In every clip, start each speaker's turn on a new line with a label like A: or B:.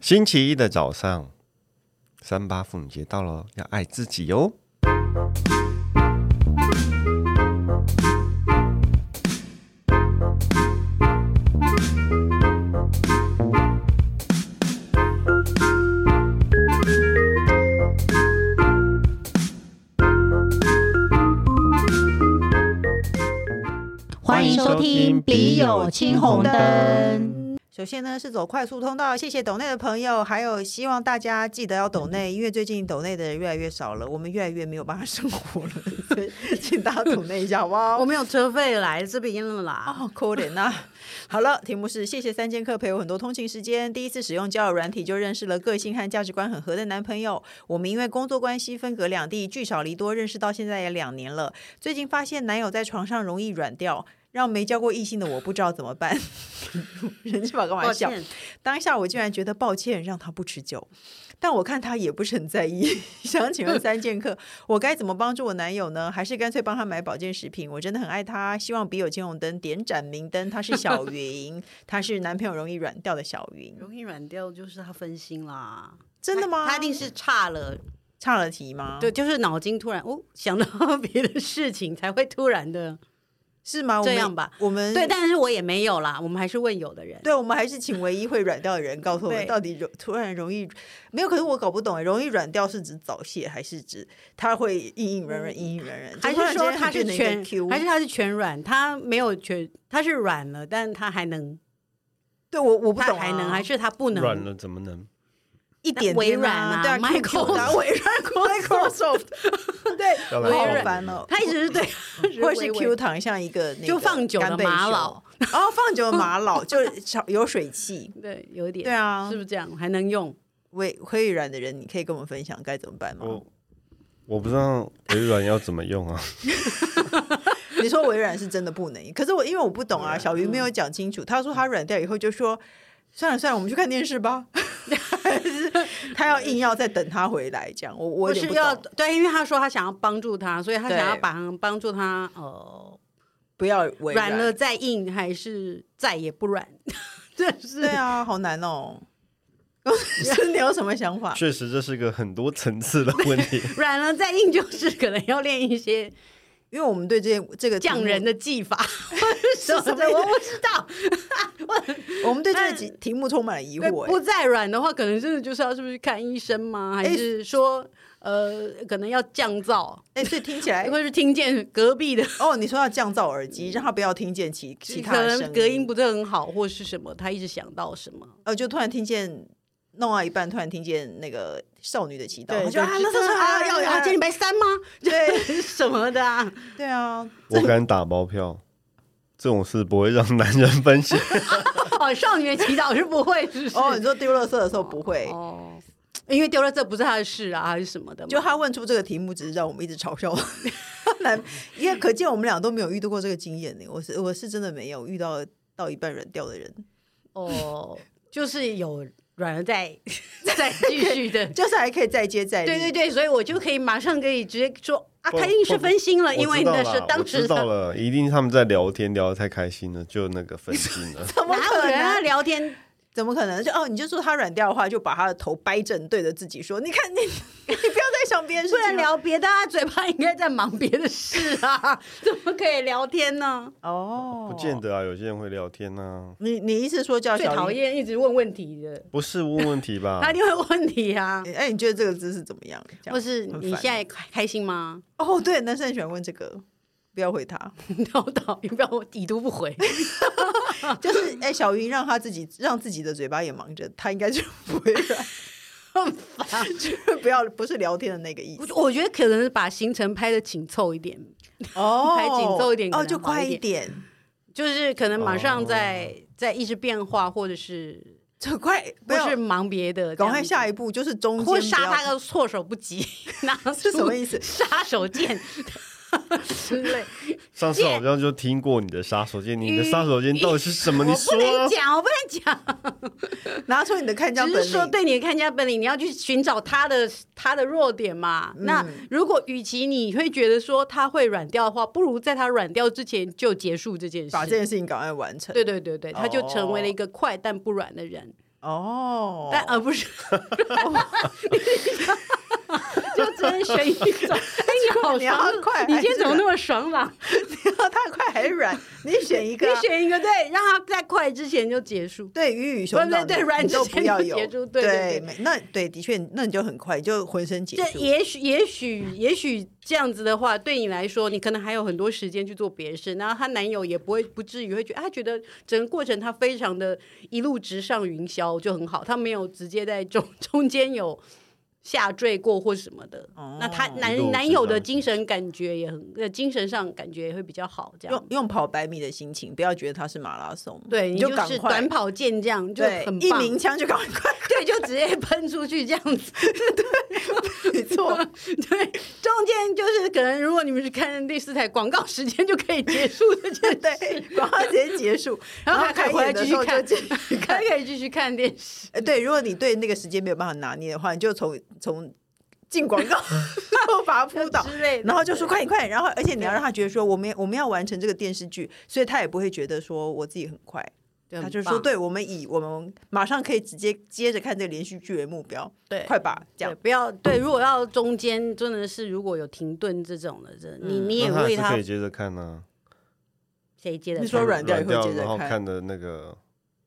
A: 星期一的早上，三八妇女节到了，要爱自己哦。
B: 欢迎收听《笔友青红灯》。
C: 首先呢是走快速通道，谢谢抖内的朋友，还有希望大家记得要抖内，因为最近抖内的人越来越少了，我们越来越没有办法生活 了，所以请大家抖内一下好不好？
D: 我没有车费来这边了啦。
C: 哦，可怜呐！好了，题目是谢谢三剑客陪我很多通勤时间。第一次使用交友软体就认识了个性和价值观很合的男朋友。我们因为工作关系分隔两地，聚少离多，认识到现在也两年了。最近发现男友在床上容易软掉，让没交过异性的我不知道怎么办。 人家把干嘛
D: 抱
C: 哦笑？
D: 歉，
C: 当下我竟然觉得抱歉，让他不持久。但我看他也不是很在意， 想请
D: 嗯
C: 问三剑客，我该怎么帮助我男友呢？还是干脆帮他买保健食品？我真的很爱他，希望笔友青红灯点盏明灯。他 是小云，他是男朋友容易软掉的小云，
D: 容易软掉就是他分心啦。
C: 真的吗？哦
D: 他一定是差了，
C: 差了题吗？
D: 对，，就是脑筋突然哦想到别的事情才会突然的。
C: 是哦吗？我们
D: 这样吧，
C: 我们
D: 对，但是我也没有啦，我们还是问有的人。
C: 对，我们还是请唯一会软掉的人告诉我们，
D: 对
C: 到底容突然容易没有？可是我搞不懂欸，容易软掉是指早泄，还是指他会硬硬软软、硬硬软软？
D: 还
C: 就突
D: 是
C: 然
D: 说
C: 间
D: 他是
C: 变成一个
D: 全
C: Q，，
D: 还是他是全软？他没有全，他是软了，但他还能，
C: 对我我不
D: 他
C: 懂啊、
D: 还能，还是他不能？
A: 软了怎么能？
C: 一点
D: 微
C: 点
D: 软
C: 啊
D: 啊
C: 对啊
D: Microsoft
C: 拿啊 微软 Microsoft，对，
A: 要来
C: 我
A: 微
C: 好
A: 软
C: 烦哦。
D: 他一直是对，
C: 或者是
D: 微微
C: Q 糖像一个那个
D: 就放久
C: 干
D: 了
C: 贝
D: 玛
C: 球
D: 瑙，
C: 哦，放久了玛瑙就是少有水汽。
D: 对，有一点，
C: 对啊
D: 是不是这样？还能用？
C: 微微软的人，你可以跟我们分享该怎么办吗
A: 我？我不知道微软要怎么用 啊。
C: 你说微软是真的不能，可是我因为我不懂啊，小鱼没有讲清楚。他说他软掉以后就说，算了算了，我们去看电视吧。 还是他要硬要再等他回来，这样我我
D: 不
C: 有点
D: 是
C: 不
D: 要
C: 懂
D: 对，因为他说他想要帮助他，所以他
C: 对
D: 想要帮帮助他，呃，
C: 不要哦微
D: 软了再硬还是再也不 软，这是
C: 对啊，好难 哦。 是你有什么想法？
A: 确实，这是个很多层次的问 题。
D: 软了再硬就是可能要练一些
C: 因为我们对这这个题目
D: 匠人，的技 法， 或者什么
C: 什么
D: 的，我不知道。
C: 我们对这个题题目充满了疑
D: 对
C: 惑、
D: 不
C: 欸。
D: 再软的话，可能真的就是要是不是看医生吗？还
C: 哎
D: 是说呃，可能要降噪，
C: 哎、所以 听起来
D: 或，者是听见隔壁的，
C: 哦，你说要降噪耳机，让他不要听见其其他
D: 可
C: 的声
D: 能隔音，不是很好，或是什么，他一直想到什么。
C: 呃，就突然听见弄到一半，突然听见那个少女的祈祷，他
D: 对，
C: 就
D: 就
C: 啊，
D: 啊，
C: 那
D: 那
C: 是
D: 是
C: 啊，
D: 啊，
C: 要
D: 要
C: 要
D: 啊，今
C: 见
D: 天礼拜三吗？
C: 对
D: 什么的啊？
C: 对啊，
A: 我敢打包票，这种事不会让男人分享。
D: 哦，少女的祈祷是不会，是不是？
C: 哦，你说丢垃圾的时候不会，
D: 哦，因为丢了这不是他的事啊，还是什么的嘛？
C: 就他问出这个题目，只是让我们一直嘲笑 男，因为可见我们俩都没有遇到过这个经验呢。我是我是真的没有遇到到一半软掉的人，
D: 哦， 就是有软了再 再继续的。
C: 就是还可以再接再厉。
D: 对对对，所以我就可以马上可以直接说啊，
A: 不
D: 他一定是
A: 不
D: 分心了，
A: 我
D: 因为
A: 知道
D: 那
A: 啦
D: 是
A: 我
D: 当
A: 知
D: 时
A: 道
D: 的
A: 了，一定他们在聊天聊得太开心了，就那个分心 了。
C: 怎么
D: 哪有
C: 可
D: 人啊
C: 能？
D: 聊天
C: 怎么可能？就哦，你就说他软掉的话，就把他的头掰正，对着自己说：“你看你， 你不要再想别人
D: 不
C: 事情了。
D: 能聊别的啊，嘴巴应该在忙别的事啊， 怎么可以聊天呢？
C: 哦，
A: 不见。得啊，有些人会聊天啊，
C: 你你意思说叫
D: 最
C: 小
D: 讨
C: 云？
D: 厌一直问问题的，
A: 不是问问题 吧
D: 他？一定会问题 啊。
C: 哎、你觉得这个姿势怎么样？这样
D: 或是
C: 很
D: 你
C: 烦
D: 现在开开心吗？
C: 哦，对，男生很喜欢问这个，不要回他。
D: 闹到你不要我已读不回，
C: 就是哎、小云让他自己让自己的嘴巴也忙着，他应该就不会软，
D: 很烦。
C: 就是 不要不是聊天的那个意
D: 我
C: 思
D: 我觉得可能是把行程拍的紧凑一点，
C: 哦
D: 还紧凑一点可
C: 哦，
D: 能
C: 就
D: 好
C: 快
D: 一
C: 一点，
D: 就是可能马上在在意识变化，或者是
C: 就快，不
D: 或
C: 要
D: 是忙别的，
C: 赶快下
D: 一
C: 一步，就是中间
D: 或
C: 不
D: 杀
C: 要
D: 他个措手不及， 拿
C: 是
D: 出
C: 什么意思？
D: 杀手锏之类。
A: 上次好像就听过你的杀手锏，你的杀手锏到底是什么？
D: 我
A: 你
D: 不
A: 说
D: 能
A: 啊。
D: 讲，我不能讲，
C: 拿出你的看家本
D: 只是说
C: 领，
D: 对你的看家本领，你要去寻找他的他的弱点嘛。
C: 嗯
D: 那如果与其你会觉得说他会软掉的话，不如在他软掉之前就结束这件事
C: 把。这件事情赶快完成。
D: 对对对对，他就成为了
C: 哦
D: 一个快但不软的人。
C: 哦，
D: 但呃而不是，就只能选一 种。哎，你好
C: 你要
D: 爽
C: 快
D: 你今
C: 还
D: 天
C: 是
D: 怎么那么爽朗？
C: 你要太快还是软？你选一
D: 你
C: 个啊，
D: 选一个，对，让它在快之前就结束。
C: 对鱼与熊掌，
D: 对对对软
C: 你都
D: 之
C: 不
D: 间
C: 要
D: 就
C: 有
D: 结束对对对
C: 没那对的确，那你就很快，你就浑身解
D: 这
C: 数。
D: 也许，也许，也许这样子的话，对你来说，你可能还有很多时间去做别的事。然后她男友也不会不至于会觉得，啊她觉得整个过程她非常的一路直上云霄，就很好。她没有直接在中 中间有下坠过或什么的。
C: 哦
D: 那她
A: 一路直
D: 男
A: 上
D: 男友的精神感觉也很，呃，精神上感觉也会比较好。这
C: 用
D: 样
C: 用跑百米的心情，不要觉得它是马拉松，
D: 对，
C: 你
D: 就
C: 赶
D: 是
C: 快
D: 短，跑健将，就
C: 对
D: 很，
C: 一
D: 棒。
C: 鸣枪就赶快，
D: 对，就直接喷出去这样子。
C: 没错，
D: 对，中间就是可能，如果你们是看第四台广告时间就可以结束这 件
C: 对，广告直接 结束，
D: 然后
C: 后
D: 还可以
C: 开
D: 回来
C: 演的
D: 继
C: 时
D: 续
C: 候
D: 看
C: 就继 续，
D: 还可以继续看电视。
C: 呃，对，如果你对那个时间没有办法拿捏的话，你就从从进广 告后把它扑倒
D: 之类的
C: 然后就说快点快点，然后而且你要
D: 对
C: 让他觉得说我们我们要完成这个电视剧，所以他也不会觉得说我自己很快，
D: 对
C: 他
D: 很
C: 就说
D: 棒
C: 对我们以我们马上可以直接接着看这个连续剧为目标，
D: 对
C: 快吧，这
D: 对，
C: 样
D: 不要对。如果要中间真的是如果有停顿这种的，真的你你也
A: 那他还
D: 为
A: 是
D: 他
A: 可以接着看呢、
D: 谁接的？
C: 你说软掉也
A: 软掉
C: 会接着
A: 然后
C: 看
A: 看的那个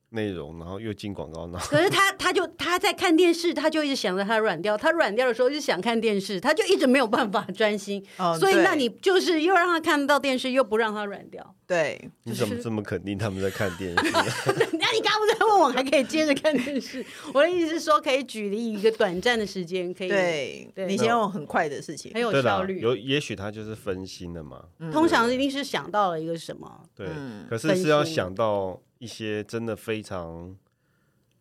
A: 内容，然后又进广告，然后
D: 可是他，他就他在看电视，他就一直想着他软掉，他软掉的时候就想看电视，他就一直没有办法专心，
C: 哦
D: 所以
C: 对
D: 那你就是又让他看到电视，又不让他软掉。
C: 对。
A: 你怎么这么肯定他们在看电 视？
D: 那你刚刚不是在问我还可以接着看电视？我的意思是说，可以举例一个短暂的时间，可以
C: 对，
D: 对
C: 你先用很快的事情
D: 很，有
A: 对
D: 效
A: 啦，
D: 率。
A: 有也许他就是分心了嘛。
D: 通常一定是想到了一个什么，
A: 对，
C: 嗯
A: 可是
D: 分
A: 是要
D: 心
A: 想到一些真的非常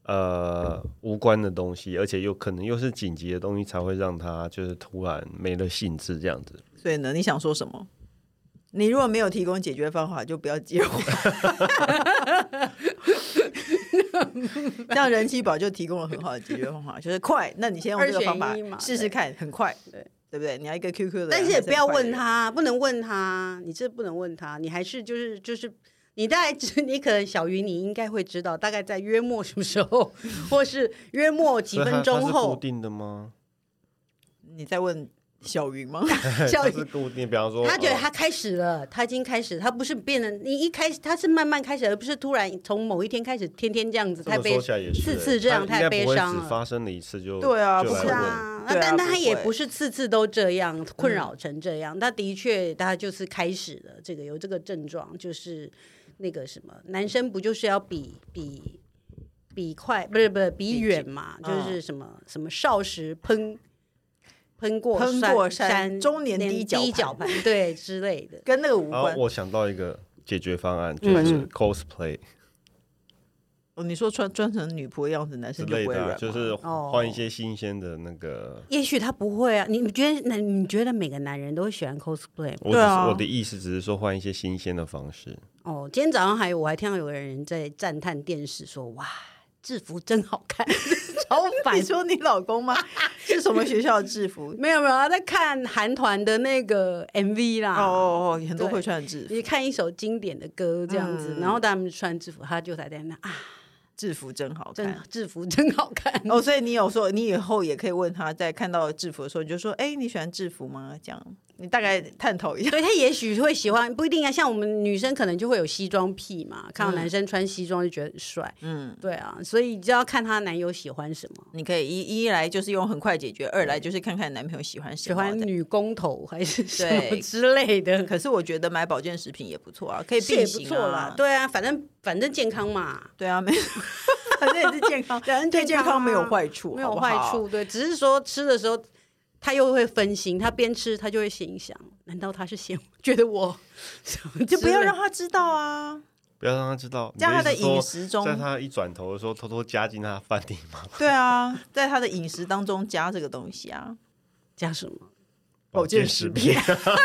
A: 呃无关的东西，而且又可能又是紧急的东西，才会让他就是突然没了兴致这样子。
C: 所以呢，你想说什么？你如果没有提供解决方法，就不要接我。 这样人气宝就提供了很好的解决方法，就是快。那你先用这个方
D: 二
C: 法
D: 选一嘛
C: 试试看，很快，
D: 对
C: 对不对？你要一个 QQ 的，
D: 但是
C: 还
D: 也不要
C: 很快的
D: 问，他，不能问他，你这不能问他，你还是就是就是。你大概知，你可能小鱼，你应该会知道，大概在约莫什么时候，或是约莫几
A: 所以他
D: 分钟
A: 他是
D: 后
A: 固，定的吗？
C: 你在问小云吗？
D: 小
A: 他是固定，比方说
D: 他觉得
A: 哦
D: 他开始了，他已经开始，他不是变得你一开始他是慢慢开始，而不是突然从某一天开始天天这样子，
A: 这
D: 太
A: 么
D: 悲
A: 说起来也是
D: 四
A: 欸
D: 次这样
A: 他应该
D: 太悲
A: 不会
D: 伤
A: 只
D: 了
A: 发生了一次就
C: 对啊
A: 就
C: 不
A: 来
D: 是
C: 会
A: 问
D: 啊，
C: 对啊
D: 但
C: 不
D: 他也
C: 会
D: 不是次次都这样困扰成这样，那、的确他就是开始了这个有这个症状，就是那个什么，男生不就是要比比比快，不是不是比远嘛，
C: 近
D: 就是什么、什么少时喷。喷过
C: 喷
D: 山
C: 过山中年低
D: 低
C: 脚盘
D: 盘，对之类的，
C: 跟那个无
A: 然后
C: 关。
A: 我想到一个解决方案，就
D: 嗯
A: 是 cosplay
C: 哦你说穿穿成女仆的样子，男
A: 之
C: 生就
A: 类
C: 不会
A: 的
C: 软
A: 啊，
C: 吗，
A: 就是
D: 哦
A: 换一些新鲜的那个。
D: 也许他不会啊，你你觉得那你觉得每个男人都会喜欢 cosplay 吗？
A: 我只是
C: 对啊
A: 我的意思只是说换一些新鲜的方式。
D: 哦，今天早上还有我还听到有个人在赞叹电视说哇制服真好看， 超烦
C: 你。哦说你老公吗？是什么学校的 制服？
D: 没有没有，他在看韩团的那个 MV 啦。
C: 哦哦哦，很多
D: 啊对
C: 会穿的制服，
D: 你看一首经典的歌这样子，
C: 嗯
D: 然后他们穿制服，他就在在那啊，
C: 制服真好看
D: 真。嗯制服真好看。
C: 哦，所以你有说，你以后也可以问他，在看到制服的时候，你就说：“哎、你喜欢制服吗？”这样，你大概探讨一下。
D: 对他也许会喜欢，不一定啊。像我们女生可能就会有西装癖嘛，看到男生穿西装就觉得很帅。
C: 嗯，
D: 对啊，所以就要看她男友喜欢什么，
C: 你可以一一来就是用很快解决，二来就是看看男朋友喜欢什
D: 喜
C: 么。
D: 欢
C: 这样
D: 女工头还是什么
C: 哦对
D: 之类的。
C: 可是我觉得买保健食品也不错啊，可以
D: 是
C: 并
D: 也不
C: 行、啊、
D: 错啦，对啊，反正反正健康嘛，
C: 对啊，没，反正也是健康， 对健康没有坏处，
D: 没有
C: 好不
D: 坏
C: 好
D: 处，。对，只是说吃的时候他又会分心，他边吃他就会心想，难道他是嫌我觉得我什么
C: 就不
D: 之
C: 要
D: 类
C: 让他知道啊，
A: 不要让他知道，
C: 这样他的
A: 你意思说
C: 饮食中
A: 在他一转头的时候，偷偷加进他的饭里 吗？
C: 啊 对啊，在他的饮食当中加这个东西啊，
D: 加什么
C: 保健食品，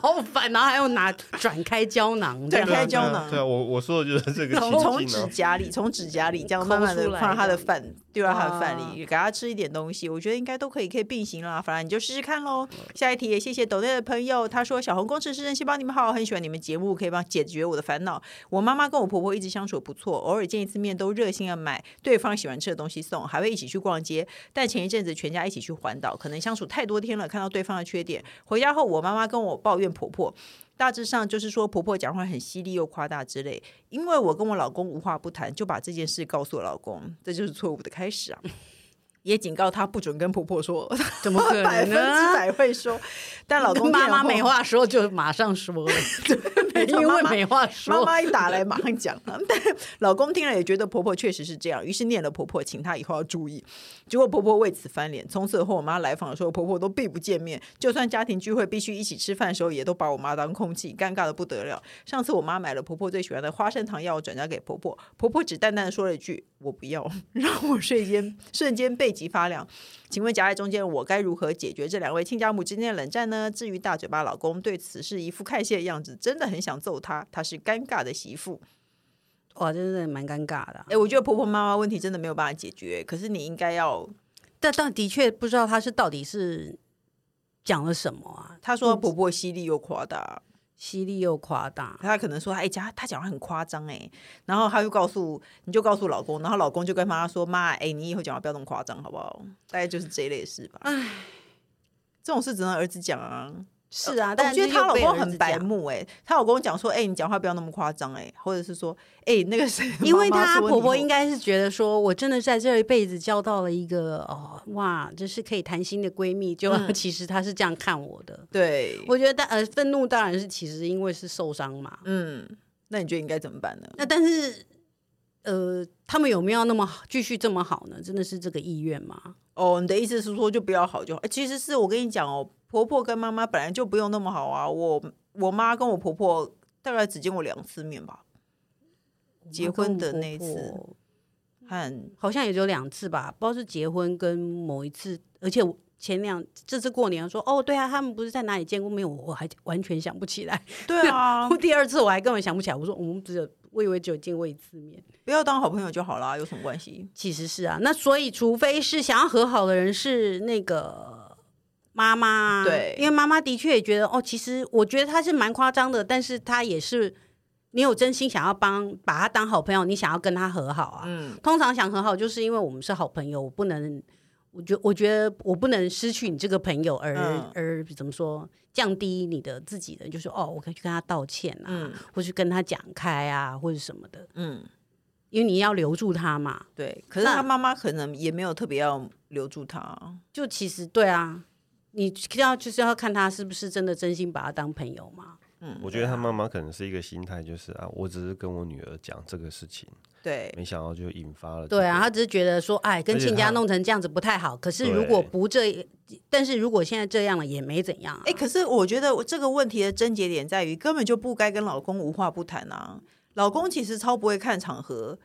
D: 好烦，然后还要拿转开胶囊这
C: 对
D: 样，
C: 开
A: 对
C: 胶
A: 啊，对
C: 囊，
A: 啊，我我说的就是这个
C: 从
A: 情
C: 从
A: 境
C: 指
A: 啊。
C: 甲里，从指甲里这样慢慢的
D: 嗯抠出来
C: 放他的
D: 这样
C: 饭，丢到他的饭里，
D: 哇
C: 给他吃一点东西，我觉得应该都可以，可以并行啦。反正你就试试看喽。
D: 嗯
C: 下一题也谢谢抖内的朋友，他说小红工程师任心帮你们好，很喜欢你们节目，可以帮解决我的烦恼。我妈妈跟我婆婆一直相处得不错，偶尔见一次面都热心的买对方喜欢吃的东西送，还会一起去逛街。但前一阵子全家一起去环岛，可能相处太多天了，看到对方的缺点，回家后我妈妈跟我抱怨婆婆。大致上就是说，婆婆讲话很犀利又夸大之类。因为我跟我老公无话不谈，就把这件事告诉我老公，这就是错误的开始啊！ 也警告他不准跟婆婆说，
D: 怎么可
C: 百
D: 能
C: 分之
D: 呢？
C: 百会说。但老公
D: 妈
C: 听了
D: 妈
C: 后
D: 没，话说就马上说了，
C: 没错
D: 因
C: 妈
D: 为哦
C: 妈
D: 没话说，
C: 妈妈一打来马上讲了。 但老公听了也觉得婆婆确实是这样，于是念了婆婆，请她以后要注意。结果婆婆为此翻脸。从此后，我妈来访的时候，婆婆都避不见面，就算家庭聚会必须一起吃饭的时候，也都把我妈当空气，尴尬的不得了。上次我妈买了婆婆最喜欢的花生糖药，转交给婆婆，婆婆只淡淡的说了一句：“我不要。”让我瞬间瞬间背脊发凉。请问夹在中间，我该如何解决这两位亲家母之间的冷战呢？至于大嘴巴老公对此事一副看戏的样子，真的很想揍他。他是尴尬的媳妇。
D: 哇，真的蛮尴尬的啊、
C: 哎、我觉得婆婆妈妈问题真的没有办法解决，可是你应该要。
D: 但但的确不知道他是到底是讲了什么啊，
C: 她说婆婆犀利又夸大，
D: 犀利又夸大，
C: 她可能说：“哎、讲她讲话很夸张哎。”然后她就告诉你就告诉老公，然后老公就跟妈妈说：“妈，哎、你以后讲话不要那么夸张，好不好？”大概就是这一类的事吧。唉，这种事只能儿子讲啊。
D: 是啊，
C: 但
D: 但
C: 我觉得
D: 是
C: 她
D: 又
C: 老
D: 被
C: 公
D: 儿
C: 很
D: 子
C: 白
D: 讲，
C: 目哎、她老公讲说，哎、你讲话不要那么夸张哎，或者是说，哎、那个谁，
D: 因为
C: 妈妈
D: 她
C: 说
D: 婆
C: 你
D: 婆
C: 我
D: 应该是觉得说，我真的在这一辈子交到了一个哦哇，这是可以谈心的闺蜜，就、
C: 嗯
D: 其实她是这样看我的。
C: 对，
D: 我觉得当呃，愤怒当然是其实因为是受伤嘛，
C: 嗯，那你觉得应该怎么办呢？
D: 那但是呃，他们有没有那么好继续这么好呢？真的是这个意愿吗？
C: 哦，你的意思是说就不要好就好？哎其实是我跟你讲哦，婆婆跟妈妈本来就不用那么好啊。我我妈跟我婆婆大概只见过两次面吧，结婚的那一
D: 我跟我
C: 次
D: 婆婆
C: 和
D: 好像也只有两次吧，不知道是结婚跟某一次，而且我前两这次过年我说哦，对啊，他们不是在哪里见过没有？我还完全想不起来。 ，
C: 对啊
D: 第二次我还根本想不起来，我说我们只有我以为只有见过一次面，
C: 不要当好朋友就好啦，有什么关系？
D: 其实是啊。那所以，除非是想要和好的人是那个妈妈啊，
C: 对
D: 因为妈妈的确也觉得哦，其实我觉得她是蛮夸张的，但是她也是你有真心想要帮把她当好朋友，你想要跟她和好啊，
C: 嗯，
D: 通常想和好，就是因为我们是好朋友，我不能，我觉我觉得我不能失去你这个朋友而，
C: 嗯
D: 而怎么说降低你的自己的，就是哦，我可以去跟他道歉啊，
C: 嗯
D: 或是跟他讲开啊，或者什么的，
C: 嗯，
D: 因为你要留住他嘛。
C: 对。可是
D: 那
C: 她妈妈可能也没有特别要留住她。
D: 就其实对啊，你要就是要看他是不是真的真心把他当朋友嘛。
C: 嗯，
A: 我觉得他妈妈可能是一个心态，就是啊，我只是跟我女儿讲这个事情，
C: 对
A: 没想到就引发了这个。
D: 对啊，他只是觉得说，哎，跟
A: 而且
D: 亲家
A: 他
D: 弄成这样子不太好。可是如果
A: 对
D: 不这，但是如果现在这样了也没怎样、啊。
C: 哎、可是我觉得我这个问题的症结点在于，根本就不该跟老公无话不谈啊。老公其实超不会看场合，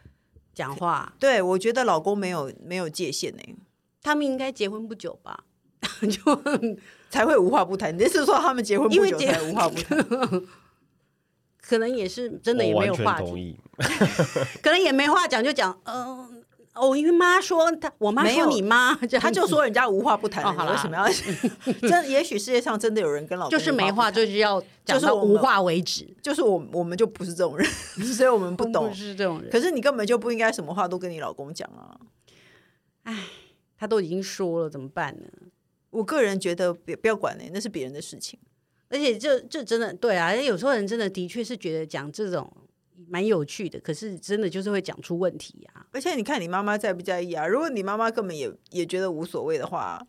D: 讲话，
C: 对我觉得老公没有没有界限呢、
D: 他们应该结婚不久吧？就
C: 才会无话不谈。你是说他们结婚不
D: 因为
C: 久
D: 结
C: 才无话 不谈？
D: 可能也是真
A: 我
D: 的也没
A: 完
D: 有
A: 全
D: 话
A: 同
D: 题，
A: 意。
D: 可能也没话讲，就讲嗯、哦，因为妈说她，我妈
C: 没有
D: 说你妈，这样
C: 他就
D: 子
C: 说人家无话不谈了，
D: 哦好
C: 你
D: 啦
C: 为什么 要？真也许世界上真的有人跟老公
D: 就是没
C: 无
D: 话，
C: 话不 谈，
D: 就是要
C: 就
D: 讲
C: 是
D: 到
C: 我们
D: 无话为止，
C: 就是我我们就不是这种人， 所以我们不懂。
D: 是这种人。
C: 可是你根本就不应该什么话都跟你老公讲啊！
D: 他都已经说了，怎么办呢？
C: 我个人觉得别不要管呢、那是别人的事情。
D: 而且这这真的对啊，有时候人真的的确是觉得讲这种蛮有趣的，可是真的就是会讲出问题啊。
C: 而且你看你妈妈在不在意啊？如果你妈妈根本也也觉得无所谓的话，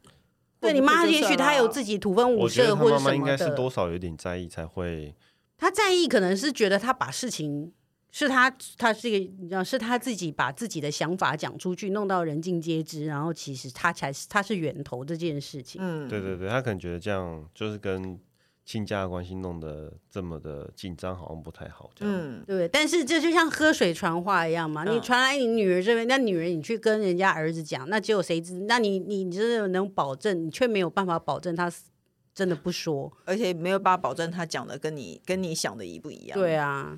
D: 对你妈，
C: 会不会
D: 也
C: 就
D: 许
C: 算
D: 她
C: 了
D: 有自己土风舞
A: 我觉得
D: 社
A: 他
D: 或者
A: 妈
D: 什
A: 妈应
D: 么
A: 该是
D: 的，
A: 多少有点在意，才会
D: 他在意可能是觉得他把事情是他他是一个你知道是他自己把自己的想法讲出去，弄到人尽皆知，然后其实他才是他是源头这件事情。
C: 嗯，
A: 对对对，他可能觉得这样就是跟亲家的关系弄得这么的紧张，好像不太好。这样，
C: 嗯，
D: 对不对，但是这就像喝水传话一样嘛，
C: 嗯
D: 你传来你女儿这边，那女儿你去跟人家儿子讲，那结果谁知？那你你真的能保证？你却没有办法保证他真的不说。
C: 而且没有办法保证他讲的跟你跟你想的一不一样。
D: 对，啊，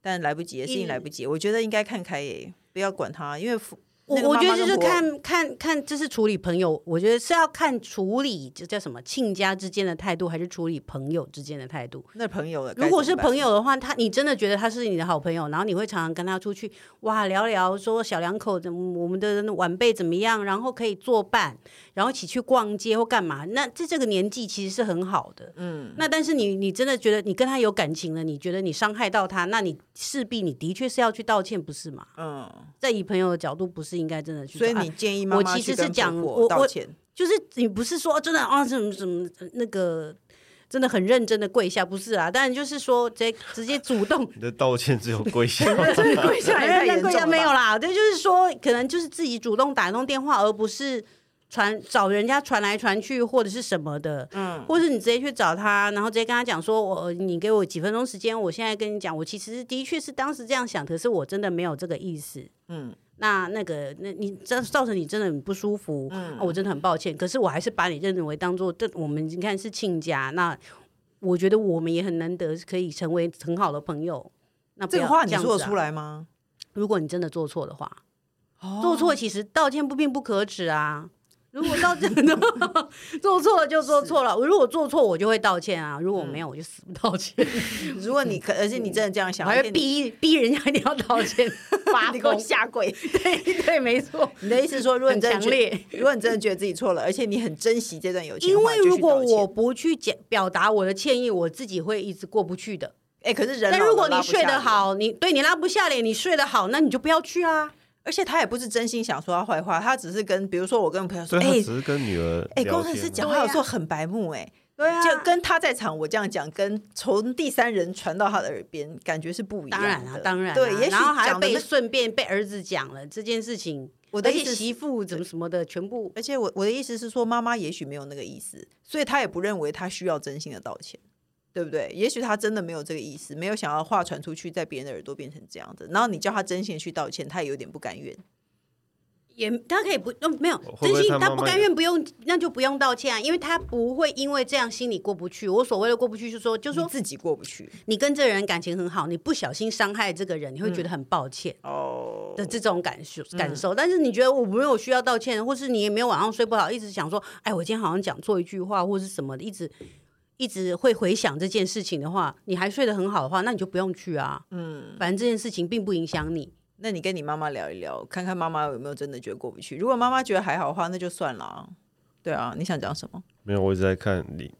C: 但来不及，事情来不及，我觉得应该看开耶，不要管他，因为父
D: 我
C: 那个
D: 我
C: 妈
D: 觉
C: 妈
D: 得就
C: 跟
D: 是
C: 婆
D: 看看看，这是处理朋友，我觉得是要看处理这叫什么亲家之间的态度，还是处理朋友之间的态度。
C: 那朋友了。
D: 如果是朋
C: 友，
D: 友的话，他你真的觉得他是你的好朋友，然后你会常常跟他出去哇聊聊，说小两口怎么我们的晚辈怎么样，然后可以作伴，然后一起去逛街或干嘛。那在这个年纪其实是很好的，
C: 嗯，
D: 那但是你你真的觉得你跟他有感情了，你觉得你伤害到他，那你势必你的确是要去道歉，不是吗？
C: 嗯，
D: 在以朋友的角度，不是应该真的去
C: 所
D: 说？
C: 以
D: 啊
C: 你建议妈
D: 我
C: 妈
D: 其
C: 去
D: 实是
C: 跟
D: 讲
C: 婆
D: 我
C: 婆道
D: 我
C: 歉，
D: 就是你不是说真的啊，怎么怎么那个真的很认真的跪下，不是啊？当然就是说直接直接主动
A: 你的道歉只有跪 下，
D: 哎
C: 跪下来太
D: 那
C: 严
D: 贵
C: 重了
D: 没有
C: 吧，
D: 啦，对，就是说可能就是自己主动打通电话，而不是传找人家传来传去或者是什么的。
C: 嗯，
D: 或是你直接去找他，然后直接跟他讲说，我你给我几分钟时间，我现在跟你讲，我其实的确是当时这样想，可是我真的没有这个意思。
C: 嗯
D: 那那个，那你这造成你真的很不舒服，
C: 嗯
D: 啊我真的很抱歉。可是我还是把你认为当做这我们你看是亲家，那我觉得我们也很难得可以成为很好的朋友。那不
C: 这个
D: 要
C: 话你
D: 样
C: 说
D: 子
C: 得
D: 啊
C: 出来吗？
D: 如果你真的做错的话，
C: 哦
D: 做错其实道歉不并不可耻啊。如果道歉 做错了就做错了，如果做错我就会道歉啊，如果
C: 嗯
D: 没有我就死不道歉，
C: 如果你可，而且你真的这样 想，
D: 我还会
C: 而且你
D: 逼逼人家一定要道 歉，发
C: 你给我
D: 疯。
C: 下跪。
D: 对对，没错，
C: 你的意思是说，如果你
D: 很
C: 真
D: 强
C: 的觉
D: 烈。
C: 如果你真的觉得自己错了，而且你很珍惜这段友 情
D: 因
C: 的话，
D: 为如果
C: 就去道
D: 我
C: 歉
D: 不去讲表达我的歉意，我自己会一直过不去的。
C: 哎、可是人
D: 但
C: 老了
D: 如果
C: 拉
D: 你
C: 不下
D: 睡得
C: 脸，
D: 好，你对你拉不下脸，你睡得好，那你就不要去啊。
C: 而且他也不是真心想说他坏话，他只是跟比如说我跟朋友
A: 所
C: 说，
A: 以他
C: 哎
A: 只是跟女儿
C: 哎、
A: 聊
C: 工
A: 天
C: 程师
A: 嘛
C: 讲
D: 对
C: 话有
D: 啊
C: 时候很白目哎、
D: 对啊
C: 就跟他在场我这样讲，跟从第三人传到他的耳边，感觉是不一样
D: 当
C: 的。
D: 然啊，当然啊、
C: 对，也许
D: 然后还
C: 讲的
D: 被
C: 那
D: 顺便被儿子讲了这件事情，
C: 我的
D: 而
C: 意
D: 且
C: 思
D: 媳
C: 是，
D: 妇怎么什么的，全部
C: 而且我我的意思是说，妈妈也许没有那个意思，所以她也不认为她需要真心的道歉。对不对？也许她真的没有这个意思，没有想要话传出去，在别人的耳朵变成这样子。然后你叫她真心地去道歉，她也有点不甘愿。
D: 也他可以不，嗯，没有
A: 会不会
D: 真心
A: 他妈
D: 他不
A: 妈
D: 甘
A: 也
D: 愿不用，那就不用道歉啊，因为他不会因为这样心里过不去。我所谓的过不去，就是说，就
C: 就
D: 说
C: 自己过不去
D: 你跟这个人感情很好，你不小心伤害这个人，你会觉得很抱歉。
C: 哦
D: 的这种感受感受，但是你觉得我没有需要道歉，或是你也没有晚上睡不好，一直想说，哎，我今天好像讲错一句话，或是什么的，一直一直会回想这件事情的话，你还睡得很好的话，那你就不用去啊。
C: 嗯，
D: 反正这件事情并不影响你。
C: 那你跟你妈妈聊一聊，看看妈妈有没有真的觉得过不去。如果妈妈觉得还好的话，那就算了啊。对啊，你想讲什么？
A: 没有，我一直在看你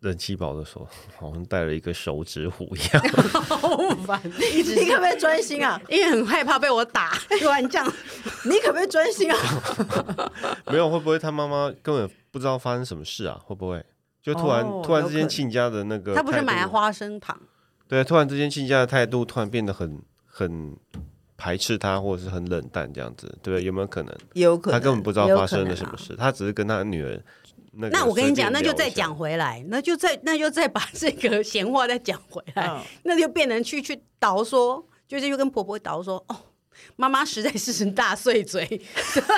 A: 人气宝的手，好像带了一个手指虎一 样。
D: 好烦，一直
C: 你可不可以专心啊？
D: 因为很害怕被我打，突然这样，
C: 你可不可以专心啊？
A: 没有，会不会他妈妈根本不知道发生什么事啊？会不会就突然、
C: 哦
A: 突然
C: 有
A: 之
C: 可
A: 间
C: 能
A: 亲家的那个
D: 他不是
A: 态度
D: 买了啊花生糖，
A: 对，突然之间亲家的态度突然变得很很排斥他，或者是很冷淡这样子，对不对？有没有可能？
C: 也有可能，
A: 他根本不知道
D: 也有
A: 发
D: 可
A: 生
D: 能
A: 了什
D: 啊
A: 么事，他只是跟他女儿那个
D: 那我跟
A: 随便
D: 你讲，那就
A: 聊一
D: 再
A: 下
D: 讲回来，那就再 那就再把这个闲话再讲回 来，
C: 嗯
D: 那就变成去去倒说，就是又跟婆婆倒说，哦，妈妈实在是大碎嘴，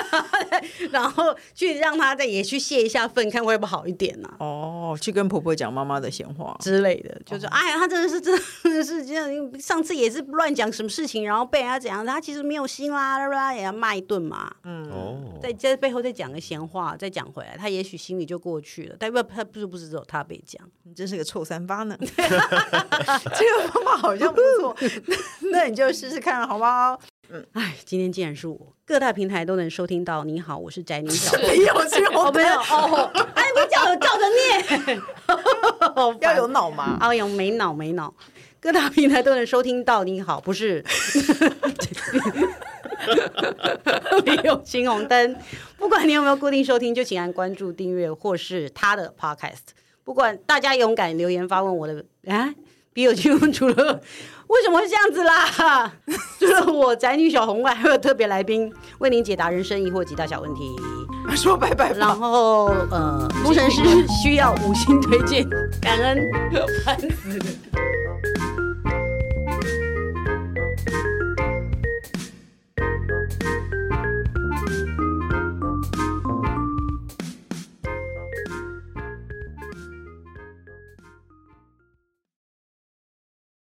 D: 然后去让她再也去泄一下愤，看会不会好一点呢、啊。
C: 哦，去跟婆婆讲妈妈的闲话。
D: 之类的，就是、哎呀，她真的是真的是这样，上次也是乱讲什么事情，然后被人家怎样，她其实没有心啦，啦啦，也要骂一顿嘛。
A: 哦，
D: 在在背后再讲个闲话，再讲回来，她也许心里就过去了。但不，她不是不是只有她被讲。
C: 你真是个臭三八呢。 这个方法好像不错，那那你就试试看好吗？
D: 哎，今天竟然是我，各大平台都能收听到。你好，我是宅女小
C: 没有这种
D: 哦，没有哦， 哎，你叫我照着念， 好
C: 要
D: 烦
C: 有脑嘛。
D: 哎呦，没脑没脑，各大平台都能收听到。你好，不是？ 没有青红灯，不管你有没有固定收听，就请按关注、订阅或是他的 podcast。不管大家勇敢留言发问我的啊，笔友青除了为什么会这样子啦？除了我宅女小红外，还有特别来宾为您解答人生疑惑及大小问题。
C: 说拜拜吧
D: 然。后 呃，工程师需要五星推荐，感恩，烦死了。